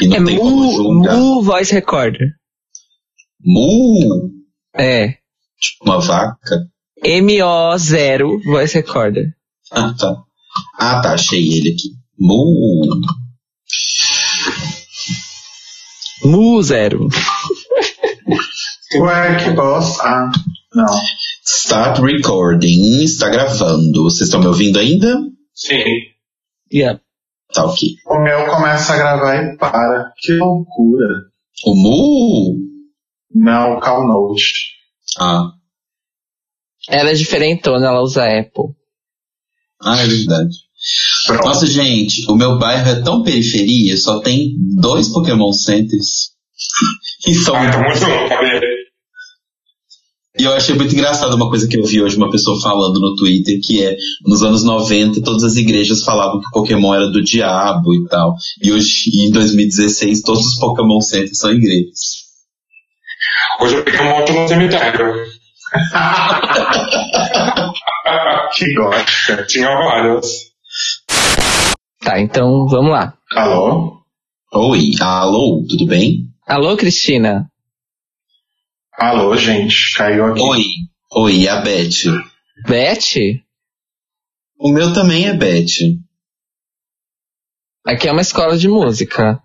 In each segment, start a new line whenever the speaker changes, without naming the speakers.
E não
é
tem como
Mu,
julgar.
Mu Voice Recorder.
Mu,
É.
tipo uma vaca.
MO0 Voice Recorder.
Ah, tá. Ah, tá, achei ele aqui. Mu.
Mu0.
Ué, que bosta. Ah, não.
Start recording. Está gravando. Vocês estão me ouvindo ainda?
Sim.
Yeah.
Tá ok.
O meu começa a gravar e para. Que loucura.
O Mu.
Não, Call Note.
Ah.
Ela é diferentona, ela usa Apple.
Ah, é verdade.
Pronto.
Nossa, gente, o meu bairro é tão periferia, só tem dois Pokémon Centers. E um são
Ah,
muito
então
tá muito bom, cadê?
E eu achei muito engraçado uma coisa que eu vi hoje uma pessoa falando no Twitter, que é nos anos 90 todas as igrejas falavam que Pokémon era do diabo e tal. E hoje, em 2016, todos os Pokémon Centers são igrejas.
Hoje eu peguei um monte no cemitério.
Que gótica.
Tinha vários.
Tá, então vamos lá.
Alô?
Oi, alô, tudo bem?
Alô, Cristina.
Alô, gente. Caiu aqui.
Oi, oi, é a Beth.
Beth?
O meu também é Beth.
Aqui é uma escola de música.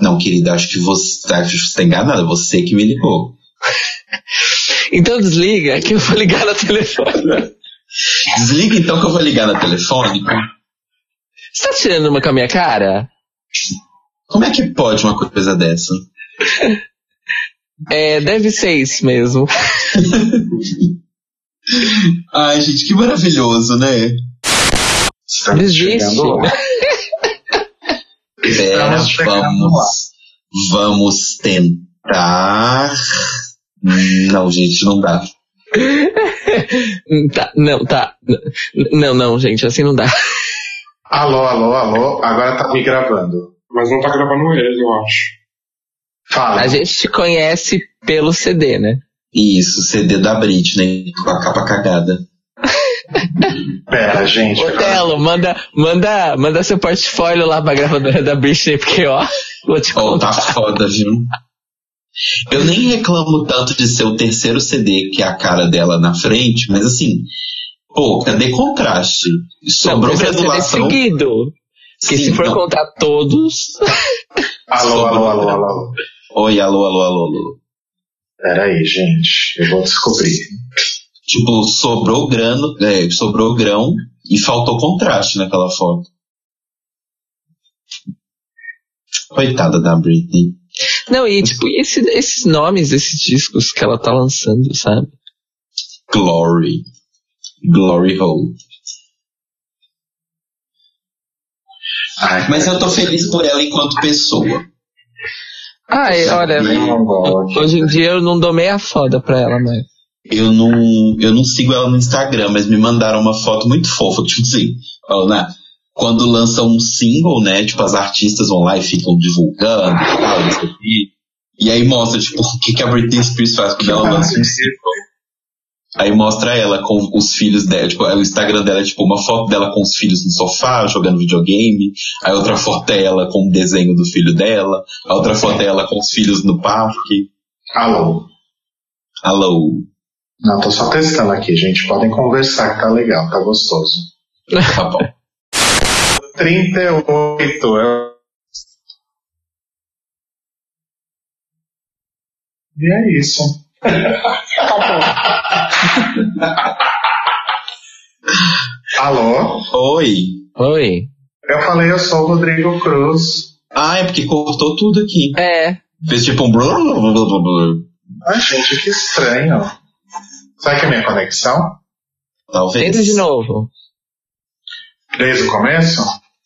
Não, querida, acho que você, acho que você tá enganada, você que me ligou.
Então desliga que eu vou ligar no telefone.
Desliga então que eu vou ligar na telefônica.
Você tá tirando uma com a minha cara?
Como é que pode uma coisa dessa?
É, deve ser isso mesmo.
Ai, gente, que maravilhoso, né? Tá
Estamos
Desiste.
chegando lá.
Pera,
Estamos chegando
vamos, É, vamos tentar. Não, gente, não dá.
Hum, Tá, não, tá. N- Não, não, gente, assim não dá.
Tá
Alô, alô, alô. Agora tá me gravando.
Mas não tá gravando ele, eu acho.
Fala.
A gente te conhece pelo CD, né?
Isso, CD da Britney com a capa cagada.
Pera, gente.
Ô, Telo, manda, manda, manda seu portfólio lá pra gravadora da Britney, porque, ó, vou te
Oh,
contar.
tá foda, viu? Eu nem reclamo tanto de ser o terceiro CD que é a cara dela na frente, mas assim, pô, cadê contraste? Sobrou
precisa ser
granulação.
seguido. Porque se
Sim,
for
não.
contar todos.
Alô, alô, alô, alô, alô.
Oi, alô, alô, alô, alô.
Pera aí, gente. Eu vou descobrir.
Tipo, sobrou grano, é, sobrou grão e faltou contraste naquela foto. Coitada da Britney.
Não, e tipo, e esse- esses nomes desses discos que ela tá lançando, sabe?
Glory. Glory Hole.
Ai,
Mas eu tô feliz por ela enquanto pessoa.
Ai, olha,
né?
nem Mongola.
hoje em dia eu não dou meia foda pra ela, né? mas.
Eu não, eu não sigo ela no Instagram, mas me mandaram uma foto muito fofa, tipo assim, falando, ah, quando lançam um single, né, tipo, as artistas vão lá e ficam divulgando e tal, não sei o quê. E aí mostra, tipo, o que, que a Britney Spears faz quando ela lança um single. Aí mostra ela com os filhos dela, tipo, aí o Instagram dela é tipo uma foto dela com os filhos no sofá, jogando videogame, aí outra foto é ela com o desenho do filho dela, a outra foto é ela com os filhos no parque.
Alô.
Alô,
Não, tô só testando aqui, gente. Podem conversar que tá legal, tá gostoso.
tá bom.
38 é. E é isso. Alô?
Oi.
Oi.
Eu falei, eu sou o Rodrigo Cruz.
Ah, é porque cortou tudo aqui.
É.
Fez tipo um. blá, blá, blá, blá, blá.
Ai, gente, que estranho. Será que é minha conexão?
Talvez.
Entra de novo.
Desde o começo?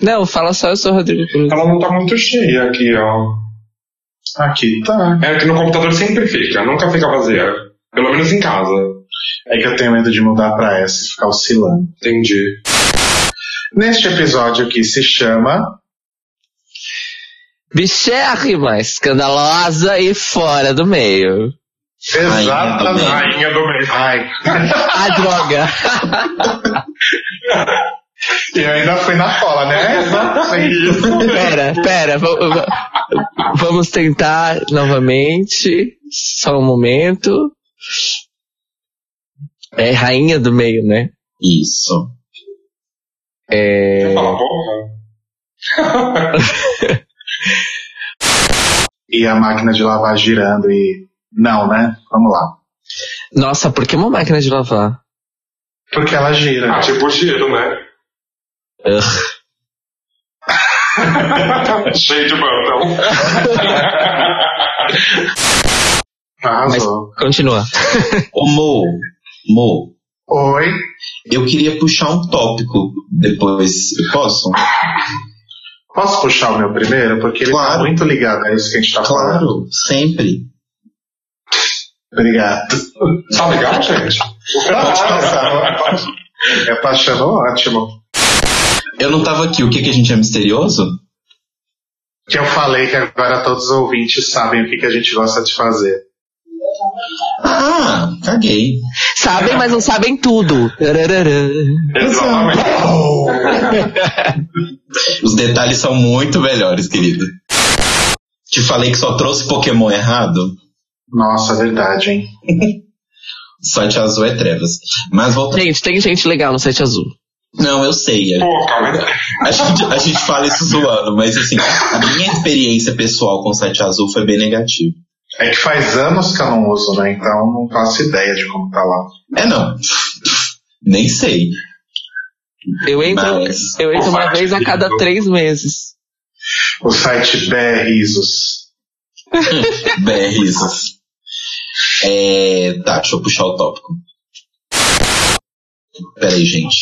Não, fala só, eu sou o Rodrigo Cruz.
Ela não tá muito cheia aqui, ó.
Aqui tá.
É que no computador sempre fica, nunca fica vazia. Pelo menos em casa.
É que eu tenho medo de mudar pra essa e ficar oscilando.
Entendi.
Neste episódio que se chama
Bichérrima, escandalosa e fora do meio.
do
Exatamente.
Meio.
Rainha do meio.
Ai,
A droga.
E eu ainda fui na cola, né?
Pera, pera, va- va- vamos tentar novamente. Só um momento. É rainha do meio, né?
Isso.
É...
Fala, porra.
E a máquina de lavar girando e. Não, né? Vamos lá.
Nossa, por que uma máquina de lavar?
Porque ela gira.
Ah, tipo giro, né? Cheio de botão.
Arrasou.
Continua.
Ô, Mo, Mo,
Oi.
eu queria puxar um tópico depois. Eu posso?
Posso puxar o meu primeiro? Porque ele
Claro.
tá muito ligado a isso que a gente tá falando.
Claro, sempre.
Obrigado.
Tá legal, gente?
Pode passar, pode. Eu tô achando ótimo.
Eu não tava aqui, o que, que a gente é misterioso?
Que eu falei que agora todos os ouvintes sabem o que, que a gente gosta de fazer.
Ah, caguei.
Sabem, mas não sabem tudo. Tarararã.
Exatamente.
Os detalhes são muito melhores, querido. Te falei que só trouxe Pokémon errado?
Nossa, verdade, hein?
Site azul é trevas. Mas voltando.
Gente, tem gente legal no site azul.
Não, eu sei. é-
Pô, calma.
A gente, a gente fala isso zoando, mas assim, a minha experiência pessoal com o site azul foi bem negativa.
É que faz anos que eu não uso, né? Então não faço ideia de como tá lá.
É não. Nem sei.
Eu entro,
Mas-
eu entro uma vez a cada três meses.
O site BR Risos.
Bem, risos. É, tá, deixa eu puxar o tópico. Peraí, gente.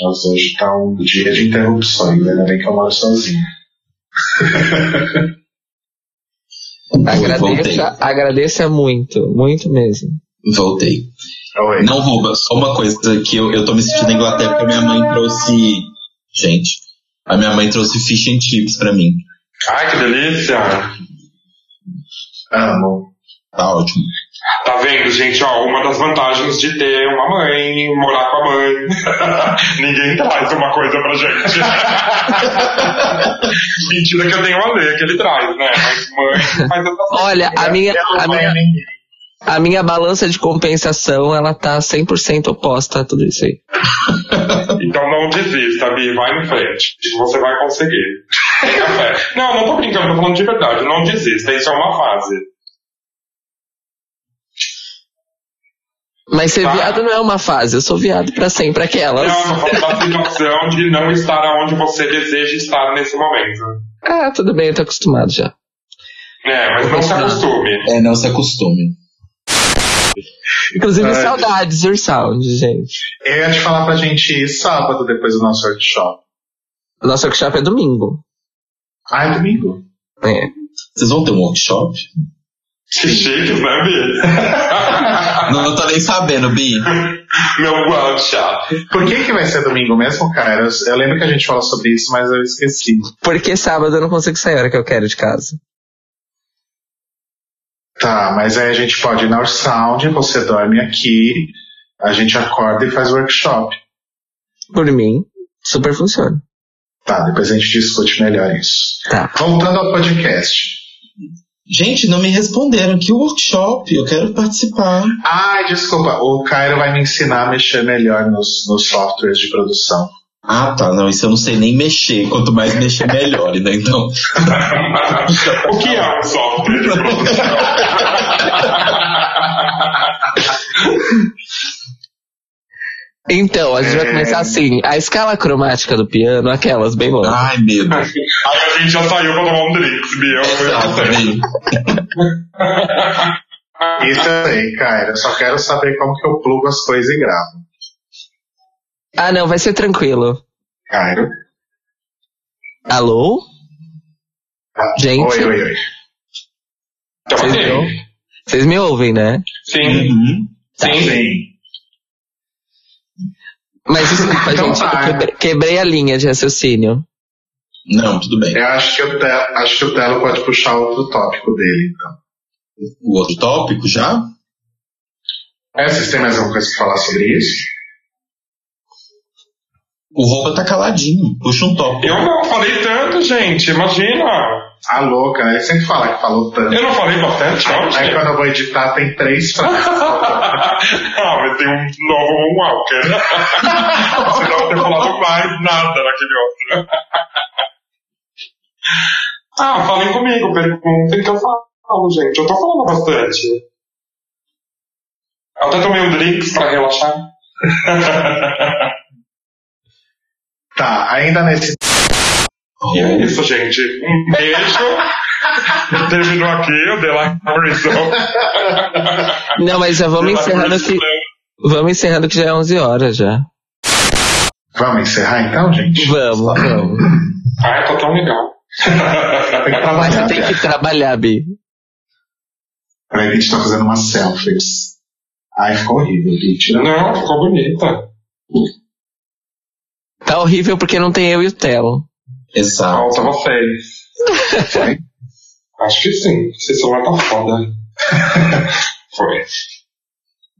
Nossa, hoje tá um dia de interrupções, ainda bem que eu moro sozinho.
Voltei.
Agradeça, agradeça é muito, muito mesmo.
Voltei.
Oi.
Não rouba, só uma coisa que eu, eu tô me sentindo na Inglaterra porque a minha mãe trouxe. Gente, a minha mãe trouxe fish and chips pra mim.
Ai, que delícia.
Amo.
Tá ótimo.
Tá vendo, gente? Ó, uma das vantagens de ter uma mãe, morar com a mãe. Ninguém traz uma coisa pra gente. Mentira que eu tenho a ler, que ele traz, né? Mas mãe faz essa
Olha, a minha,
Eu
a
não
minha,
tenho ninguém.
a minha balança de compensação, ela tá 100% oposta a tudo isso aí.
Então não desista, Bi, vai em frente. Você vai conseguir. Tenha fé. Não, não tô brincando, tô falando de verdade. Não desista, isso é uma fase.
Mas ser
Tá.
viado não é uma fase, eu sou viado pra sempre,
Não,
aquelas.
tô falando da situação de não estar onde você deseja estar nesse momento.
Ah, tudo bem, eu tô acostumado já.
É, mas não se acostume.
É, não se acostume.
Inclusive,
Ai.
saudades, Ursound, gente.
Eu ia te falar pra gente ir sábado depois do nosso workshop.
O Nosso workshop é domingo.
Ah, é domingo.
É.
Vocês vão ter um workshop?
Que chique, né, Bi?
Não, eu tô nem sabendo, Bi.
Meu workshop.
Por que, que vai ser domingo mesmo, cara? Eu, eu lembro que a gente falou sobre isso, mas eu esqueci.
Porque sábado eu não consigo sair a hora que eu quero de casa.
Tá, mas aí a gente pode ir na Sound, você dorme aqui, a gente acorda e faz workshop.
Por mim, super funciona.
Tá, depois a gente discute melhor isso.
Tá.
Voltando ao podcast.
Gente, não me responderam. Que workshop? Eu quero participar.
Ai, desculpa, o Cairo vai me ensinar a mexer melhor nos, nos softwares de produção.
Ah, tá. Não, isso eu não sei nem mexer. Quanto mais mexer, melhor, né? Então,
o que é um software de produção?
Então, a gente vai começar assim. A escala cromática do piano, aquelas bem longas.
ai, medo.
Aí a gente já saiu pra tomar um drink, Bi. Eu, eu,
Exato, Bi.
Isso eu sei, Cairo. Eu só quero saber como que eu plugo as coisas e gravo.
Ah, não, vai ser tranquilo.
Cairo.
Alô?
Ah,
Gente.
Oi, oi, oi.
Então,
Vocês
assim,
não? Vocês me ouvem, né?
Sim,
Uhum.
sim.
Sim.
Mas desculpa,
Então
gente, eu
tá.
quebre- quebrei a linha de raciocínio.
Não, tudo bem.
Eu acho que o, Te- acho que o Telo pode puxar outro tópico dele, então.
O outro tópico já?
É, vocês têm mais alguma coisa pra falar sobre isso?
O roupa tá caladinho, puxa um top.
Eu não falei tanto, gente. Imagina.
A louca, né? Ele sempre fala que falou tanto.
Eu não falei bastante, não,
Aí
gente.
quando eu vou editar, tem três frases.
ah, mas tem um novo Moon Walker. Você não ter falado mais nada naquele outro. ah, falem comigo, perguntem que eu falo, gente. Eu tô falando bastante. Eu até tomei um drink pra relaxar.
Tá, ainda nesse.
e é isso, gente. Um beijo. Terminou aqui o The Life Horizon.
Não, mas já vamos encerrando que. Vamos encerrando que já é 11 horas já.
Vamos encerrar então, gente?
Vamos, vamos.
Ah, tá tão legal.
Tem
É
que trabalhar.
Mas tem que trabalhar, Bi.
Peraí, a gente tá fazendo umas selfies. Ai, ficou horrível, Bi. Tira-
Não, ficou bonita.
Tá horrível porque não tem eu e o Theo.
Exato.
Falta vocês.
Foi?
Acho que sim. Esse celular tá foda. Foi.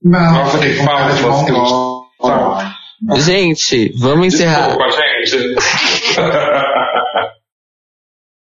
Não,
Nossa, que
com cara
falta
de
vocês. Tá.
bom gosto.
Gente, vamos encerrar.
Desculpa, gente.